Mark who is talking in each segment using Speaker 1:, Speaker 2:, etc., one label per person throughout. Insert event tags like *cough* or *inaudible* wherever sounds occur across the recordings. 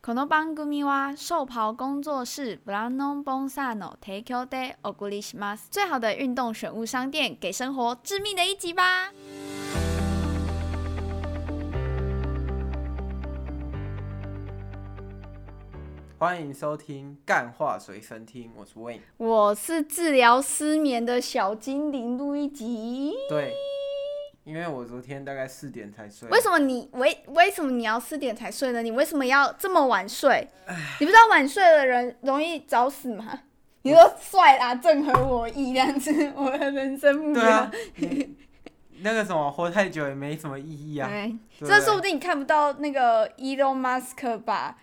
Speaker 1: この番組は寿袍工作室ブランドボンサーの提供でお送りします。最好的运动选物商店，给生活致命的一击吧！
Speaker 2: 欢迎收听《干话随身听》，我是 Wayne。
Speaker 1: 我是治疗失眠的小精灵录一集。
Speaker 2: 对，因为我昨天大概四点才睡，
Speaker 1: 为什么你为为什么你要四点才睡呢？你为什么要这么晚睡？你不知道晚睡的人容易早死吗？你说帅啦，正合我意，这样子，我的人生目标。
Speaker 2: 对啊，你那个什么活太久也没什么意义啊。
Speaker 1: 对
Speaker 2: 对不
Speaker 1: 这
Speaker 2: 对
Speaker 1: 说不定你看不到那个 Elon Musk 把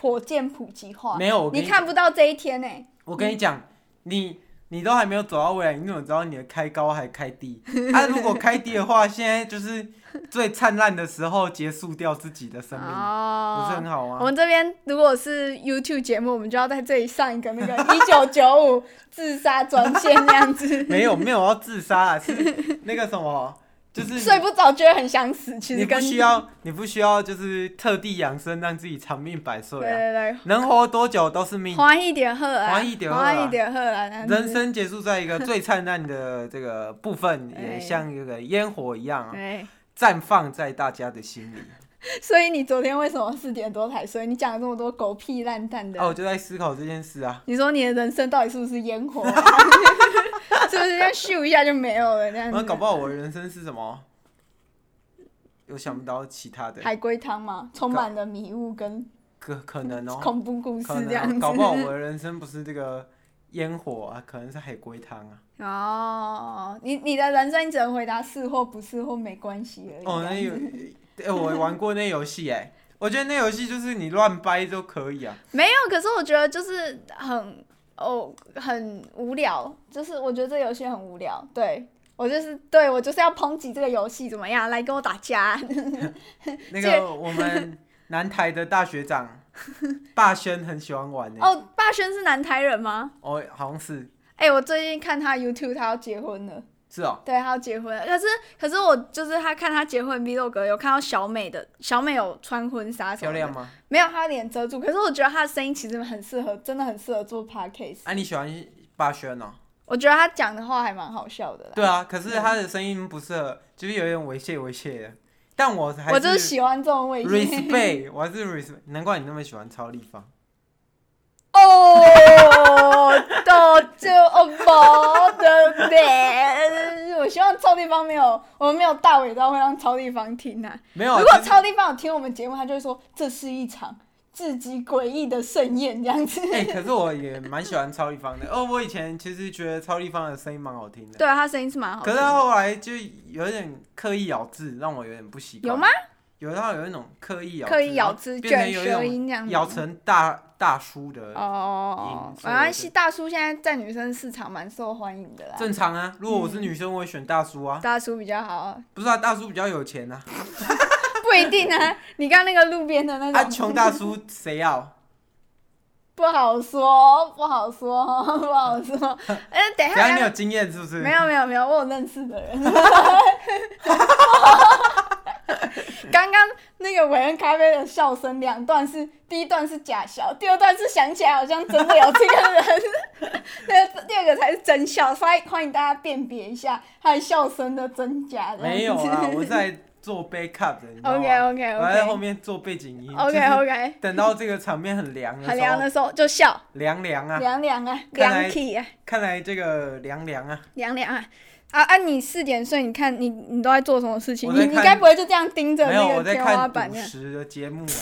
Speaker 1: 火箭普及化，
Speaker 2: 没有我
Speaker 1: 啊
Speaker 2: 跟
Speaker 1: 你
Speaker 2: 你
Speaker 1: 看不到这一天呢、欸
Speaker 2: 我跟你讲，你你都还没有走到未来，你怎么知道你的开高还开低？ *laughs* 啊，如果开低的话，现在就是最灿烂的时候，结束掉自己的生命，不是很
Speaker 1: 哦，
Speaker 2: 好啊
Speaker 1: 我
Speaker 2: 吗？
Speaker 1: 们这边如果是 YouTube 节目，我们就要在这里上一个那个一九九五 *laughs* 自杀专线那样子，
Speaker 2: 没有没有要自杀啊，是那个什么， *laughs* 就是
Speaker 1: *laughs* 睡不着觉得很想死，其
Speaker 2: 你
Speaker 1: 实
Speaker 2: 不
Speaker 1: 跟
Speaker 2: 需要你不需要就是特地养生，让自己长命百岁
Speaker 1: 对
Speaker 2: 啊。
Speaker 1: 对对。
Speaker 2: 能活多久都是命。
Speaker 1: 欢喜点喝啊，
Speaker 2: 欢喜点喝啊
Speaker 1: 欢喜点喝啊，那样子
Speaker 2: 人生结束在一个最灿烂的这个部分，
Speaker 1: 哎
Speaker 2: 也像这个烟火一样、啊，
Speaker 1: 对，
Speaker 2: 绽放在大家的心里。
Speaker 1: 所以你昨天为什么四点多才睡？你讲了这么多狗屁烂蛋的，
Speaker 2: 啊，我就在思考这件事啊。
Speaker 1: 你说你的人生到底是不是烟火、
Speaker 2: *laughs*
Speaker 1: 啊？是不是要咻一下就没有了那样
Speaker 2: 我搞
Speaker 1: 子？
Speaker 2: 不好我的人生是什么？我想不到其他的，
Speaker 1: 海龟汤嘛，充满了迷雾跟
Speaker 2: 可可能哦、
Speaker 1: 恐怖故事
Speaker 2: 可
Speaker 1: 这
Speaker 2: 能
Speaker 1: 样
Speaker 2: 哦、
Speaker 1: 子。
Speaker 2: 搞不好我的人生不是这个烟火啊，可能是海龟汤啊。
Speaker 1: 哦，你你的人生你只能回答是或不是或没关系而已。啊
Speaker 2: 哦，那
Speaker 1: 这样
Speaker 2: 有
Speaker 1: 子，
Speaker 2: 哎我玩过那游戏哎，我觉得那游戏就是你乱掰都可以啊。
Speaker 1: 没有，可是我觉得就是很哦很无聊，就是我觉得这游戏很无聊。对我就是对我就是要抨击这个游戏怎么样，来跟我打架。
Speaker 2: 嗯那
Speaker 1: 这
Speaker 2: 个我们南台的大学长霸轩很喜欢玩的、
Speaker 1: 哦，霸轩是南台人吗？
Speaker 2: 哦，好像是
Speaker 1: 哎、我最近看他 YouTube，他要结婚了。
Speaker 2: 是哦，
Speaker 1: 对，他要结婚了，可是可是我就是他看他结婚 vlog 有看到小美的，小美有穿婚纱什
Speaker 2: 漂
Speaker 1: 么
Speaker 2: 亮
Speaker 1: 的， *laughs*
Speaker 2: 吗？
Speaker 1: 没有她脸遮住，可是我觉得她的声音其实很适合，真的很适合做 podcast。
Speaker 2: 啊，你喜欢霸轩哦？
Speaker 1: 我觉得她讲的话还蛮好笑的啦，
Speaker 2: 对啊，可是他的声音不适合，就是有点猥亵猥亵的。但我还
Speaker 1: 我就是喜欢这种味型。
Speaker 2: respect，我还是 respect，难怪你那么喜欢超立方。
Speaker 1: *laughs* 哦，到就哦宝的脸，我希望超地方没有，我们没有大尾刀会让超地方听啊。
Speaker 2: 没有啊，
Speaker 1: 如果
Speaker 2: 就是
Speaker 1: 超地方有听我们节目，他就会说这是一场至极诡异的盛宴这样子。
Speaker 2: 哎、可是我也蛮喜欢超立方的。哦，我以前其实觉得超立方的声音蛮好听的，
Speaker 1: 对啊，他声音是蛮好
Speaker 2: 可
Speaker 1: 听
Speaker 2: 是
Speaker 1: 的。
Speaker 2: 他后来就有点刻意咬字，让我有点不习惯。
Speaker 1: 有吗？？
Speaker 2: 有他有一种刻意咬字，
Speaker 1: 刻意咬字、
Speaker 2: 变
Speaker 1: 卷
Speaker 2: 成有一
Speaker 1: 舌
Speaker 2: 种
Speaker 1: 音这样子。
Speaker 2: 咬成大大叔的，
Speaker 1: 哦
Speaker 2: 音，所
Speaker 1: 反
Speaker 2: 以我
Speaker 1: 正
Speaker 2: 就
Speaker 1: 西大叔现在在女生市场蛮受欢迎的啦。
Speaker 2: 正常啊。如果我
Speaker 1: 嗯
Speaker 2: 是女生，我会选大叔啊。
Speaker 1: 大叔比较好啊， *laughs*
Speaker 2: 不是啊，大叔比较有钱啊。
Speaker 1: 不一定啊。你刚那个路边的那
Speaker 2: 啊，
Speaker 1: 种，
Speaker 2: 穷大叔谁
Speaker 1: *laughs*
Speaker 2: 要？
Speaker 1: 不好说，不好说， *laughs* 不好
Speaker 2: *laughs*
Speaker 1: 说。哎，等一
Speaker 2: 只要
Speaker 1: 下
Speaker 2: 你，有经验，是不是？
Speaker 1: 没有没有没有，我有认识的人。 *laughs* 刚刚那个韦恩咖啡的笑声两段是，第一段是假笑，第二段是想起来好像真的有这个人， *laughs* 那个第二个才是真笑，所以欢迎大家辨别一下他的笑声的真假的。
Speaker 2: 没有
Speaker 1: *laughs*
Speaker 2: 啊，我在做 backup 的，你知道吗
Speaker 1: OK OK
Speaker 2: 我还在后
Speaker 1: OK
Speaker 2: 面做背景音。
Speaker 1: OK
Speaker 2: 就是
Speaker 1: OK，
Speaker 2: 等到这个场面很凉的时候，
Speaker 1: 很凉的时候就笑，
Speaker 2: 凉凉啊，
Speaker 1: 凉凉啊，
Speaker 2: 看来
Speaker 1: 凉体啊，
Speaker 2: 看来这个凉凉啊，
Speaker 1: 凉凉啊。啊啊！你四点睡，你看你你都在做什么事情？
Speaker 2: 我
Speaker 1: 你
Speaker 2: 在
Speaker 1: 你
Speaker 2: 看
Speaker 1: 该不会就这样盯着
Speaker 2: 没有
Speaker 1: 那
Speaker 2: 我
Speaker 1: 个
Speaker 2: 在
Speaker 1: 天花
Speaker 2: 看
Speaker 1: 板
Speaker 2: 赌
Speaker 1: 呢？
Speaker 2: 石的节目啊。 *laughs*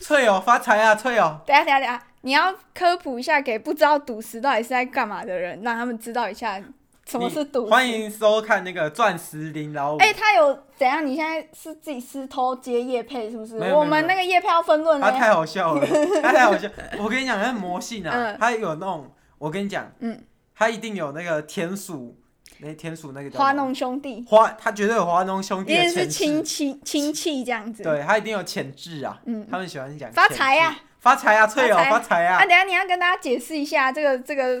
Speaker 2: 翠友发财啊，翠友！
Speaker 1: 等一下，等一下，等一下，你要科普一下给不知道赌石到底是在干嘛的人，让他们知道一下什么是赌石。
Speaker 2: 你欢。迎收看那个《钻石林老五》。
Speaker 1: 哎、他有怎样？你现在是自己私偷接叶配是不是？
Speaker 2: 没有没有
Speaker 1: 我们那个叶配要分论
Speaker 2: 他
Speaker 1: 嘞、
Speaker 2: 啊太好
Speaker 1: *laughs*
Speaker 2: 笑了，他太好笑。我跟你讲，那魔性啊
Speaker 1: 嗯，
Speaker 2: 他有那种，我跟你讲，
Speaker 1: 嗯，
Speaker 2: 他一定有那个田鼠，那田鼠那个叫
Speaker 1: 花
Speaker 2: 什么
Speaker 1: 农兄弟，
Speaker 2: 花，他绝对有华农兄
Speaker 1: 一
Speaker 2: 弟的
Speaker 1: 定是
Speaker 2: 潜
Speaker 1: 亲戚
Speaker 2: 质，
Speaker 1: 亲戚这样子。。
Speaker 2: 对他一定有潜质啊。
Speaker 1: 嗯
Speaker 2: 他们喜欢讲
Speaker 1: 发财
Speaker 2: 呀、
Speaker 1: 啊
Speaker 2: 发财啊，翠友
Speaker 1: 发财
Speaker 2: 发财
Speaker 1: 啊，
Speaker 2: 啊！
Speaker 1: 等一下你要跟大家解释一下这个这个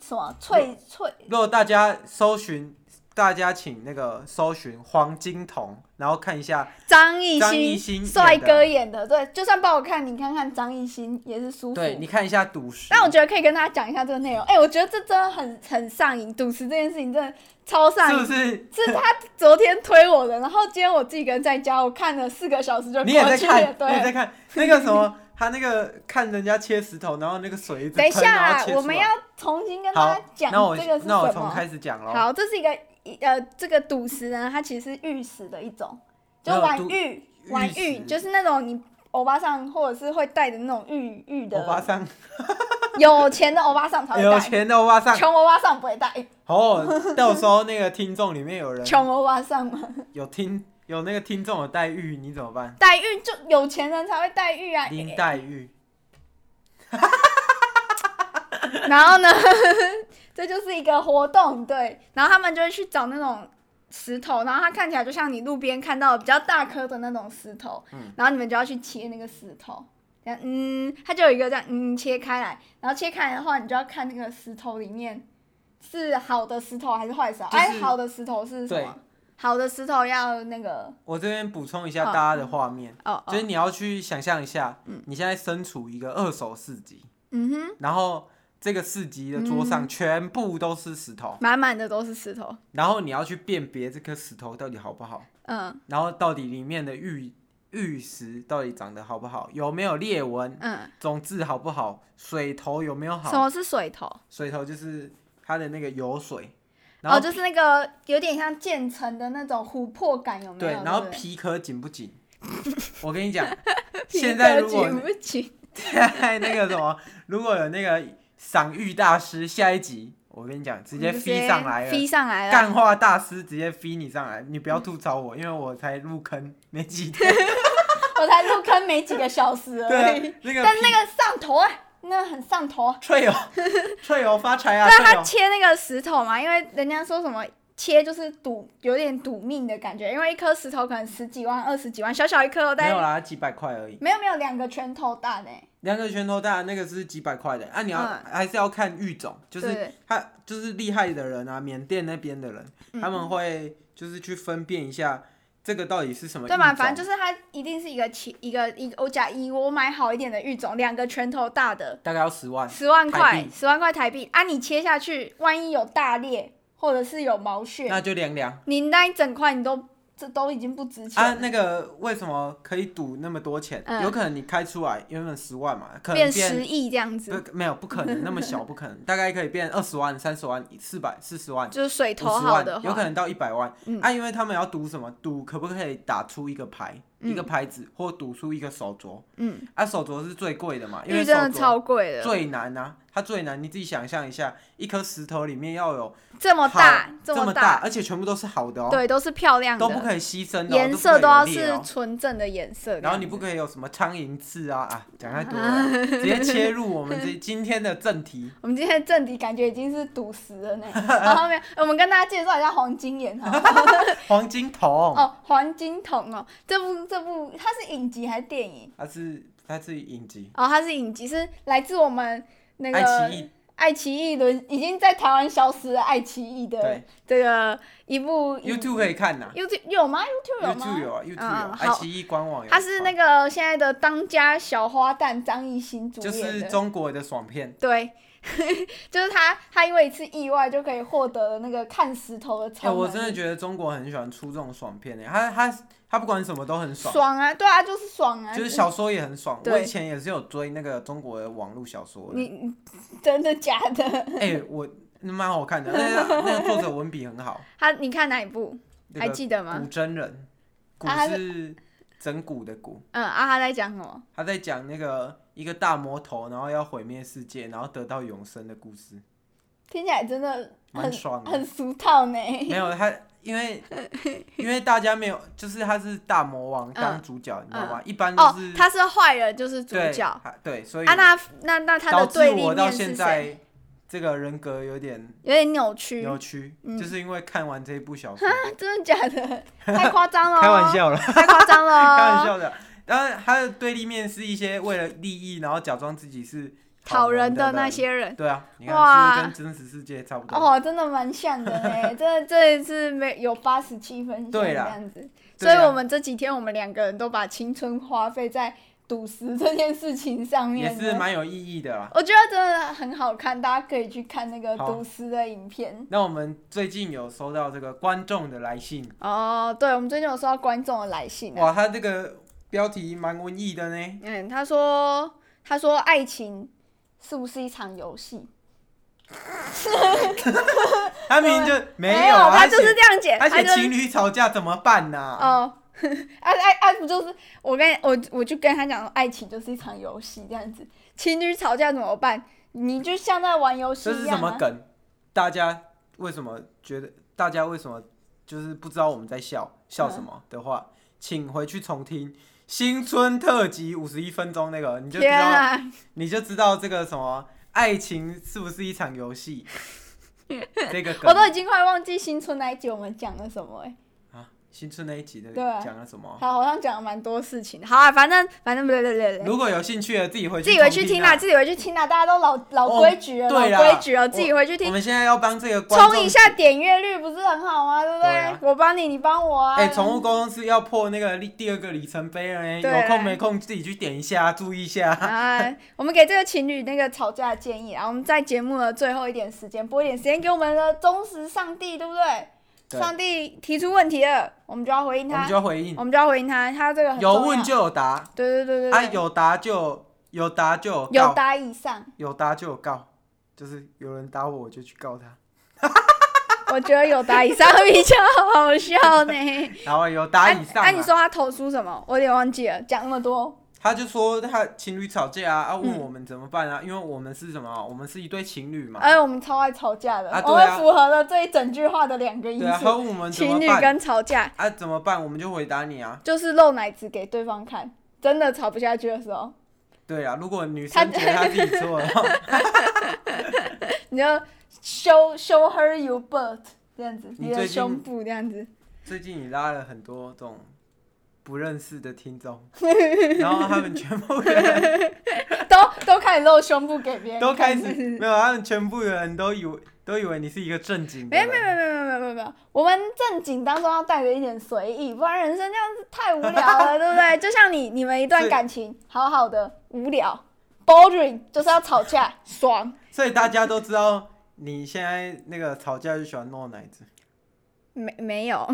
Speaker 1: 什么翠翠
Speaker 2: 如果大家搜寻大家请那个搜寻黄金瞳，然后看一下
Speaker 1: 张艺
Speaker 2: 张艺
Speaker 1: 兴
Speaker 2: 兴
Speaker 1: 帅
Speaker 2: 演的
Speaker 1: 哥演的，对，就算不好看，你看看张艺兴也是舒服。
Speaker 2: 对，你看一下赌石。
Speaker 1: 但我觉得可以跟大家讲一下这个内容。哎、我觉得这真的很很上瘾，赌石这件事情真的超上
Speaker 2: 是
Speaker 1: 瘾。
Speaker 2: 不是
Speaker 1: 是他昨天推我的，然后今天我自己一个人在家，我看了四个小时就
Speaker 2: 你也
Speaker 1: 过
Speaker 2: 在
Speaker 1: 去了。？
Speaker 2: 看你也在
Speaker 1: 对，
Speaker 2: 看那个什么？他那个看人家切石头，然后那个水一直
Speaker 1: 等一
Speaker 2: 喷，
Speaker 1: 下
Speaker 2: 然
Speaker 1: 啦
Speaker 2: 后，切
Speaker 1: 我
Speaker 2: 出
Speaker 1: 们
Speaker 2: 来
Speaker 1: 要重新跟大
Speaker 2: 好
Speaker 1: 家讲，
Speaker 2: 那我
Speaker 1: 这个是什
Speaker 2: 那我从开
Speaker 1: 么。
Speaker 2: 始讲喽。
Speaker 1: 好，这是一个呃，这个赌石呢，它其实是玉石的一种，就
Speaker 2: 没有
Speaker 1: 玩
Speaker 2: 赌
Speaker 1: 玉玩玉，
Speaker 2: 玉石
Speaker 1: 就是那种你欧巴上或者是会带的那种玉玉
Speaker 2: 欧巴
Speaker 1: 的，
Speaker 2: 桑，
Speaker 1: 有钱的欧巴上才会
Speaker 2: 有
Speaker 1: 带，
Speaker 2: 钱的欧巴桑。
Speaker 1: 穷欧巴上不会带，
Speaker 2: *laughs* 哦，到时候那个听众里面有人
Speaker 1: 穷欧巴上嘛。
Speaker 2: 有听有那个听众有黛玉，你怎么办？
Speaker 1: 黛玉就有钱人才会黛玉啊。
Speaker 2: 林黛玉，
Speaker 1: 然后呢， *laughs* 这就是一个活动，对。然后他们就会去找那种石头，然后它看起来就像你路边看到的比较大颗的那种石头，
Speaker 2: 嗯
Speaker 1: 然后你们就要去切那个石头。这样，嗯，它就有一个这样，嗯，切开来，然后切开来的话，你就要看那个石头里面是好的石头还是坏石头。
Speaker 2: 就是
Speaker 1: 哎，好的石头是什
Speaker 2: 对
Speaker 1: 么？好的石头要那个
Speaker 2: 我这边补充一下
Speaker 1: 好嗯
Speaker 2: 大家的画面，
Speaker 1: 哦
Speaker 2: 就是
Speaker 1: 哦，
Speaker 2: 你要去想象一下，你现在身处一个二手市集，
Speaker 1: 嗯哼，
Speaker 2: 然后这个市集的桌
Speaker 1: 嗯
Speaker 2: 上全部都是石头，
Speaker 1: 满满的都是石头，
Speaker 2: 然后你要去辨别这颗石头到底好不好，
Speaker 1: 嗯
Speaker 2: 然后到底里面的玉玉石到底长得好不好，有没有裂纹，
Speaker 1: 嗯，
Speaker 2: 种质好不好，水头有没有
Speaker 1: 什
Speaker 2: 好，
Speaker 1: 么是水头？
Speaker 2: 水头就是它的那个油水，然
Speaker 1: 哦，
Speaker 2: 后、
Speaker 1: 就是那个有点像渐层的那种琥珀感，有没有？
Speaker 2: 对，
Speaker 1: 对不对，，
Speaker 2: 然后皮壳紧不紧？我跟你讲现在如
Speaker 1: *laughs*
Speaker 2: 果
Speaker 1: 皮革紧不紧？
Speaker 2: 在那个什么，如果有那个赏玉大师下一集，我跟你讲，直接
Speaker 1: 直
Speaker 2: 飞上来了。
Speaker 1: 飞上来了。
Speaker 2: 干话大师直接飞你上来，你不要吐槽我，因为我才入坑没几天。
Speaker 1: 我才入坑没几个小时而
Speaker 2: *laughs* 对
Speaker 1: 已
Speaker 2: 啊，，那
Speaker 1: *laughs*
Speaker 2: 个
Speaker 1: 但那个上头啊，那很上头啊。
Speaker 2: 翠
Speaker 1: *laughs*
Speaker 2: 友，翠友哦发财啊！
Speaker 1: 但
Speaker 2: 翠
Speaker 1: 他
Speaker 2: 友，
Speaker 1: 切那个石头嘛，因为人家说什么切就是赌，有点赌命的感觉，因为一颗石头可能十几万、二十几万，小小一颗哦，
Speaker 2: 没有
Speaker 1: 但
Speaker 2: 啊啦，几百块而已。
Speaker 1: 没有没有两个拳头大呢。
Speaker 2: 两个拳头大，那个是几百块的啊！你要、
Speaker 1: 嗯
Speaker 2: 还是要看育种，就是
Speaker 1: 对
Speaker 2: 他就是厉害的人啊，缅甸那边的人，
Speaker 1: 嗯
Speaker 2: 他们会就是去分辨一下这个到底是什么育
Speaker 1: 对
Speaker 2: 种。
Speaker 1: 嘛，反正就是它一定是一个切一个一个，我假以我买好一点的育种，两个拳头大的，
Speaker 2: 大概要十万。
Speaker 1: 十万
Speaker 2: 台
Speaker 1: 块，
Speaker 2: 币
Speaker 1: 十万块台币啊！你切下去，万一有大裂或者是有毛
Speaker 2: 那
Speaker 1: 屑，
Speaker 2: 就凉凉
Speaker 1: 你那一整块你都这都已经不值钱
Speaker 2: 啊！
Speaker 1: 了，
Speaker 2: 那个为什么可以赌那么多钱？
Speaker 1: 嗯
Speaker 2: 有可能你开出来原本十万嘛，可能
Speaker 1: 变
Speaker 2: 变呃
Speaker 1: 十亿这样子，
Speaker 2: 不没有不可能那么小，不
Speaker 1: *laughs*
Speaker 2: 可能，大概可以变二十万、三十万、四百、四十万、
Speaker 1: 就是水
Speaker 2: 五
Speaker 1: 头
Speaker 2: 十
Speaker 1: 好
Speaker 2: 万
Speaker 1: 的，
Speaker 2: 有可
Speaker 1: 话，
Speaker 2: 能到一百万。
Speaker 1: 嗯
Speaker 2: 啊，因为他们要赌什么？赌可不可以打出一个牌、一个牌子，或赌出一个手镯？
Speaker 1: 嗯，
Speaker 2: 啊，手镯是最贵的嘛，因
Speaker 1: 玉
Speaker 2: 为手
Speaker 1: 真的
Speaker 2: 镯
Speaker 1: 超贵的，
Speaker 2: 最难啊，它最难。你自己想象一下，一颗石头里面要有
Speaker 1: 这么大
Speaker 2: 好，
Speaker 1: 这
Speaker 2: 这么
Speaker 1: 大，
Speaker 2: 而且全部都是好的哦，
Speaker 1: 对，都是漂亮
Speaker 2: 都不
Speaker 1: 的，
Speaker 2: 可以牺牲的哦、
Speaker 1: 颜色都要
Speaker 2: 不可以有裂
Speaker 1: 是
Speaker 2: 哦
Speaker 1: 纯正的颜色。
Speaker 2: 然后你不可以有什么苍蝇刺啊啊，讲太多了啊，
Speaker 1: *laughs*
Speaker 2: 直接切入我们这今天的正题。
Speaker 1: 我们今天的正题感觉已经是赌石了
Speaker 2: *laughs*
Speaker 1: 呢，然后后面哎我们跟大家介绍一下黄金眼好不好
Speaker 2: 黄金瞳， *laughs*
Speaker 1: 哦，黄金瞳哦，这部这部它是影集还是电影？
Speaker 2: 它是它是影集，
Speaker 1: 哦，它是影集，是来自我们那个
Speaker 2: 爱奇艺
Speaker 1: 爱奇艺轮已经在台湾消失了爱奇艺的
Speaker 2: 对
Speaker 1: 这个一部
Speaker 2: YouTube 可以看呐
Speaker 1: YouTube 有吗？YouTube 有吗
Speaker 2: ，YouTube 有啊，YouTube
Speaker 1: 嗯
Speaker 2: 有，
Speaker 1: 嗯
Speaker 2: 爱
Speaker 1: 好
Speaker 2: 奇艺官网有。
Speaker 1: 他是那个现在的当家小花旦张艺兴主
Speaker 2: 就
Speaker 1: 演
Speaker 2: 是
Speaker 1: 的，
Speaker 2: 中国的爽片，
Speaker 1: 对， *laughs* 就是他，他因为一次意外就可以获得了那个看石头的
Speaker 2: 哎，
Speaker 1: 超
Speaker 2: 我
Speaker 1: 能
Speaker 2: 真的
Speaker 1: 力，
Speaker 2: 觉得中国很喜欢出这种爽片诶，他他他不管什么都很爽。
Speaker 1: 爽啊，对啊，就是爽啊，
Speaker 2: 就是小说也很爽，
Speaker 1: 对
Speaker 2: 我以前也是有追那个中国的网络小说的，
Speaker 1: 你你真的假的？
Speaker 2: *laughs* 哎、我蛮好看的，那个那个作者文笔很好，
Speaker 1: *laughs* 他你看哪一部？
Speaker 2: 那
Speaker 1: 还
Speaker 2: 个
Speaker 1: 记得吗
Speaker 2: 古？真人，古
Speaker 1: 啊他
Speaker 2: 是整蛊的蛊，
Speaker 1: 嗯，啊，他在讲什么？
Speaker 2: 他在讲那个一个大魔头，然后要毁灭世界，然后得到永生的故事，
Speaker 1: 听起来真的很
Speaker 2: 蛮爽的。
Speaker 1: 很俗套呢。
Speaker 2: 嗯没有他，因为因为大家没有，就是他是大魔王当主角，你知道吗？一般
Speaker 1: *laughs*
Speaker 2: 都
Speaker 1: 哦
Speaker 2: 是、，
Speaker 1: 他是坏人，就是主
Speaker 2: 对
Speaker 1: 角。啊，
Speaker 2: 他对，所以
Speaker 1: 那那那他
Speaker 2: 导
Speaker 1: 的
Speaker 2: 致
Speaker 1: 对立
Speaker 2: 我到
Speaker 1: 面是
Speaker 2: 现
Speaker 1: 谁？
Speaker 2: 在这个人格有点
Speaker 1: 有点扭曲
Speaker 2: 扭曲，
Speaker 1: 嗯
Speaker 2: 就是因为看完这一部小说，
Speaker 1: 啊！真的假的？太夸张了！
Speaker 2: *laughs* 开玩，笑了。
Speaker 1: 太夸张
Speaker 2: *laughs*
Speaker 1: 了！
Speaker 2: 开玩，笑的。然后他的对立面是一些为了利益，然后假装自己是
Speaker 1: 讨人的
Speaker 2: 的
Speaker 1: 那。些人。
Speaker 2: 对啊，你看
Speaker 1: 哇
Speaker 2: 是不是跟真实世界差不多？
Speaker 1: 哦，真的蛮像的呢，这这一次没有八十七分像这
Speaker 2: 对啦
Speaker 1: 样子，所
Speaker 2: 对
Speaker 1: 以
Speaker 2: 啊
Speaker 1: 我们这几天我们两个人都把青春花费在赌石这件事情上
Speaker 2: 也
Speaker 1: 面
Speaker 2: 是
Speaker 1: 了。
Speaker 2: 蛮有意义的啦。
Speaker 1: 我觉得真的很好看，大家可以去看那个
Speaker 2: 好
Speaker 1: 赌石的影片。
Speaker 2: 那我们最近有收到这个观众的来信，
Speaker 1: 哦，对，我们最近有收到观众的来信、啊，
Speaker 2: 哇，他这个标题蛮文艺的呢。
Speaker 1: 嗯，他说他说爱情是不是一场游戏？
Speaker 2: 他明明就没
Speaker 1: 有，
Speaker 2: 有啊，
Speaker 1: 他
Speaker 2: 而
Speaker 1: 就是
Speaker 2: 且
Speaker 1: 这样解，
Speaker 2: 而
Speaker 1: 他
Speaker 2: 且
Speaker 1: 就是
Speaker 2: 情侣吵架怎么办呢？
Speaker 1: 哦， *laughs* 啊爱爱不就是我跟我我就跟他讲说，爱情就是一场游戏这样子，情侣吵架怎么办？你就像在玩游戏
Speaker 2: 这
Speaker 1: 一
Speaker 2: 是什
Speaker 1: 样、
Speaker 2: 么
Speaker 1: 啊。
Speaker 2: 梗？大家为什么觉得？大家为什么就是不知道我们在笑笑什
Speaker 1: 嗯
Speaker 2: 么的话，请回去重听新春特辑五十一分钟那个，你就知
Speaker 1: 天
Speaker 2: 道
Speaker 1: 啊！
Speaker 2: 你就知道这个什么爱情是不是一场
Speaker 1: *laughs*
Speaker 2: 游戏？这个
Speaker 1: 我
Speaker 2: 梗
Speaker 1: 都已经快忘记新春那一集我们讲了什么哎、
Speaker 2: 啊，新春那一集的
Speaker 1: 对啊
Speaker 2: 讲了什么？
Speaker 1: 好，好像讲了蛮多事情。好啊，反正反正不对不对不对，
Speaker 2: 如果有兴趣的，自己回去
Speaker 1: 自己回去
Speaker 2: 重
Speaker 1: 听
Speaker 2: 啊
Speaker 1: 啦，。自己回去听啦，大家都老老
Speaker 2: 哦
Speaker 1: 规矩了，
Speaker 2: 对
Speaker 1: 老
Speaker 2: 啦
Speaker 1: 规矩了，
Speaker 2: 我
Speaker 1: 自己回去
Speaker 2: 我
Speaker 1: 听，
Speaker 2: 们现在要帮这个观众
Speaker 1: 冲一下点阅率不是很好吗？对不
Speaker 2: 对啊
Speaker 1: 我帮你，你帮我啊。*laughs*
Speaker 2: 哎，宠物公司要破那个历第二个里程碑了呢，哎
Speaker 1: 对
Speaker 2: 有空没空自己去点一下，注意一下。
Speaker 1: 啊，我们给这个情侣那个吵架的建议，然后我们在节目的最后一点时间拨一点时间给我们的忠实上帝，对不对？
Speaker 2: 对
Speaker 1: 上帝提出问题了，我们就要回应
Speaker 2: 我
Speaker 1: 他
Speaker 2: 们就，要回应
Speaker 1: 我，们就要回应他，他这个很
Speaker 2: 有
Speaker 1: 重
Speaker 2: 问
Speaker 1: 要
Speaker 2: 就有答，
Speaker 1: 对对哦啊对对
Speaker 2: 啊
Speaker 1: 对，
Speaker 2: 有答就有答就有
Speaker 1: 有
Speaker 2: 告，
Speaker 1: 答以上，
Speaker 2: 有答就有告，就是有人打我我就去告他，
Speaker 1: 我觉得有答以上比较好笑呢。
Speaker 2: 然后有答
Speaker 1: 啊
Speaker 2: 以上
Speaker 1: 啊
Speaker 2: 啊。
Speaker 1: 你说他投诉什么？我有点忘记了，讲那么多。
Speaker 2: 他就说他情侣吵架啊，啊问
Speaker 1: 嗯
Speaker 2: 我们怎么办啊，因为我们是什么？啊我们是一对情侣嘛。
Speaker 1: 哎，我们超爱吵架的，
Speaker 2: 啊
Speaker 1: 我
Speaker 2: 对啊
Speaker 1: 们符合了这一整句话的两个因
Speaker 2: 对啊，
Speaker 1: 素：
Speaker 2: 他问我们怎么
Speaker 1: 情侣
Speaker 2: 办
Speaker 1: 跟吵架。
Speaker 2: 啊？怎么办？我们就回答你啊。
Speaker 1: 就是露奶子给对方看，真的吵不下去的时候，
Speaker 2: 对啊，如果女
Speaker 1: 他
Speaker 2: 生觉得她自己错的话，
Speaker 1: 你就 show show her your butt 这样子，
Speaker 2: 你
Speaker 1: 你的
Speaker 2: 最近
Speaker 1: 胸部这样子，
Speaker 2: 最近你拉了很多这种不认识的听众，然后他们全部人
Speaker 1: 都都开始露胸部给别人看，
Speaker 2: 都开始没有，他们全部人都以为都以为你是一个正经的
Speaker 1: 没有。
Speaker 2: 人。
Speaker 1: 没有没有没有没有没有没有，我们正经当中要带着一点随意，不然人生这样子太无聊了，对不 *laughs* 对？就像你你们一段
Speaker 2: 所以
Speaker 1: 感情好好的无聊，boring 就是要吵架，爽，
Speaker 2: 所以大家都知道你现在那个吵架就喜欢弄奶子，
Speaker 1: 没没 *laughs* 有，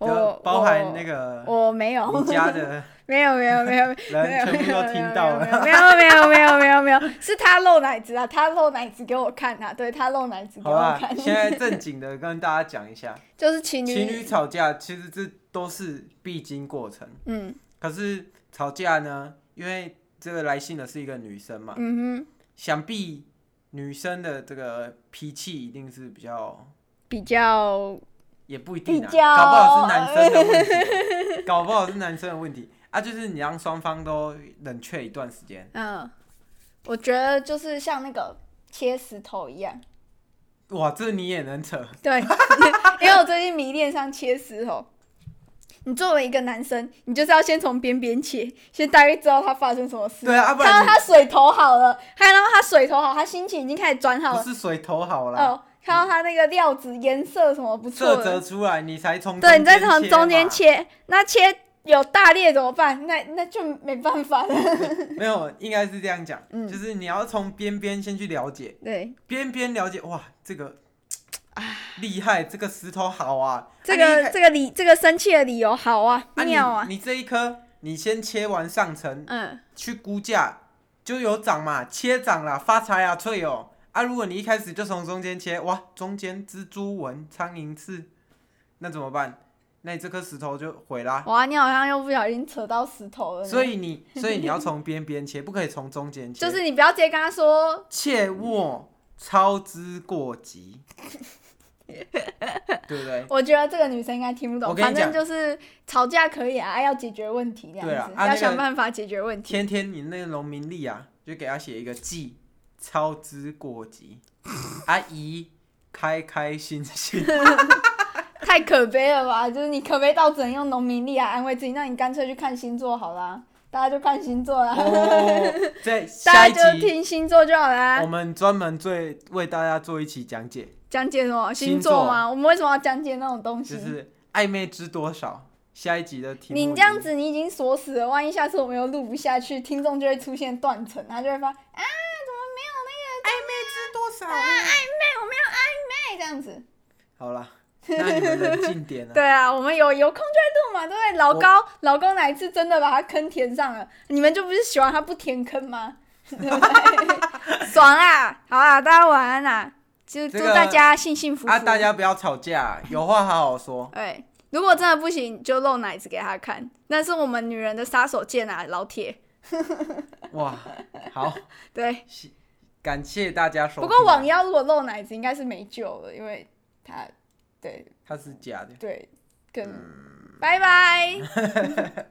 Speaker 2: 就
Speaker 1: 我
Speaker 2: 包含
Speaker 1: 我
Speaker 2: 那个
Speaker 1: 我没有，
Speaker 2: *laughs* 你家的
Speaker 1: 没有没有没有
Speaker 2: 人全部都听到了。
Speaker 1: 没有没有没有没有没有，是他露奶子啊，他露奶子给我看啊，对他露奶子给
Speaker 2: 好
Speaker 1: 我
Speaker 2: 啦
Speaker 1: 看，，
Speaker 2: 现在正经的跟大家讲一下，
Speaker 1: 就是情
Speaker 2: 情侣
Speaker 1: 侣，
Speaker 2: 吵架其实这都是必经过程。
Speaker 1: 嗯
Speaker 2: 可是吵架呢，因为这个来信的是一个女生嘛，
Speaker 1: 嗯哼，
Speaker 2: 想必女生的这个脾气一定是比较，
Speaker 1: 比较
Speaker 2: 也不一定啊，
Speaker 1: 比较
Speaker 2: 搞不好是男生的问题啊，搞不好是男生的问题啊，就是你让双方都冷却一段时间。
Speaker 1: 嗯，我觉得就是像那个切石头一样，
Speaker 2: 哇，这你也能扯？
Speaker 1: 对， *laughs* 因为我最近迷恋上切石头。你作为一个男生，你就是要先从边边切，先大概知道他发生什么事。
Speaker 2: 对啊啊不然
Speaker 1: 看
Speaker 2: 你
Speaker 1: 到他水头好了，看到他水头好，他心情已经开始转好
Speaker 2: 不
Speaker 1: 了。
Speaker 2: 是水头好啦，
Speaker 1: 哦，看到它那个料子颜色什么不错
Speaker 2: 色
Speaker 1: 的
Speaker 2: 泽，出来你才从
Speaker 1: 对，你再
Speaker 2: 中
Speaker 1: 从中间
Speaker 2: 嘛
Speaker 1: 切，那切有大裂怎么办？那那就没办法
Speaker 2: *laughs*
Speaker 1: 了。
Speaker 2: 没有，应该是这样讲，
Speaker 1: 嗯
Speaker 2: 就是你要从边边先去了解，
Speaker 1: 对，
Speaker 2: 边边了解，哇，这个
Speaker 1: *sighs*
Speaker 2: 厉害，这个石头好啊，
Speaker 1: 这
Speaker 2: 啊
Speaker 1: 个这个理这个生气的理由好啊，
Speaker 2: 你一开
Speaker 1: 妙
Speaker 2: 啊
Speaker 1: 啊，
Speaker 2: 你，你这一颗，你先切完上层
Speaker 1: 嗯，
Speaker 2: 去估价，就有涨嘛，切涨啦，发财啊，翠哦。啊，如果你一开始就从中间切，哇，中间蜘蛛纹、苍蝇刺，那怎么办？那你这颗石头就毁啦。
Speaker 1: 哇，你好像又不小心扯到石头了呢。
Speaker 2: 所以你，所以你要从边边切，不可以从中间
Speaker 1: *laughs*
Speaker 2: 切。
Speaker 1: 就是你不要直接跟他说，
Speaker 2: 切莫操之过
Speaker 1: *laughs*
Speaker 2: 急，对不对？
Speaker 1: 我觉得这个女生应该听不懂。
Speaker 2: 我跟你
Speaker 1: 反正
Speaker 2: 讲
Speaker 1: 就是吵架可以啊，啊要解决问题这样
Speaker 2: 对啊
Speaker 1: 子，
Speaker 2: 啊
Speaker 1: 要
Speaker 2: 那
Speaker 1: 想
Speaker 2: 个
Speaker 1: 办法解决问题。
Speaker 2: 天天你那个农民力啊，就给他写一个“记”，操之
Speaker 1: *laughs*
Speaker 2: 过急。阿姨，开开
Speaker 1: *laughs*
Speaker 2: 心心，
Speaker 1: 太可悲了吧！就是你可悲到只能用农民力来安慰自己，那你干脆去看星座好啦。大家就看星座啦，
Speaker 2: 哦，在下
Speaker 1: *laughs* 大
Speaker 2: 一
Speaker 1: 家就
Speaker 2: 集
Speaker 1: 听啊星座就好啦
Speaker 2: 我。们专门最为大家做一期讲解，
Speaker 1: 讲解什么
Speaker 2: 星
Speaker 1: 星座吗？我们为什么要讲解那种东西？
Speaker 2: 就是暧昧知多少。下一集的题目已
Speaker 1: 你
Speaker 2: 经，
Speaker 1: 这样子，你已经锁死了。万一下次我们又录不下去，听众就会出现断层，他就会发啊，怎么没有那个暧昧
Speaker 2: 知多少？
Speaker 1: 啊暧昧，我没有暧昧这样子。
Speaker 2: 好啦，那你们冷静点
Speaker 1: *laughs*
Speaker 2: 啊。
Speaker 1: 对啊，我们有有空就会录嘛，对不对？老高，老高哪一次真的把他坑填上了？你们就不是喜欢他不填坑吗？ *laughs* 对不对？爽啊！好啊，大家晚安啦！就
Speaker 2: 这
Speaker 1: 祝
Speaker 2: 个
Speaker 1: 大家幸幸福福。
Speaker 2: 啊，大家不要吵架，有话好好说。
Speaker 1: 对，如果真的不行，就露奶子给他看，那是我们女人的杀手锏啊，老铁。
Speaker 2: 哇，好，
Speaker 1: 对，
Speaker 2: 感谢大家收
Speaker 1: 不
Speaker 2: 听。
Speaker 1: 过网妖如果露奶子应该是没救了，因为他，对
Speaker 2: 它是假的。嗯
Speaker 1: 对，跟、拜拜。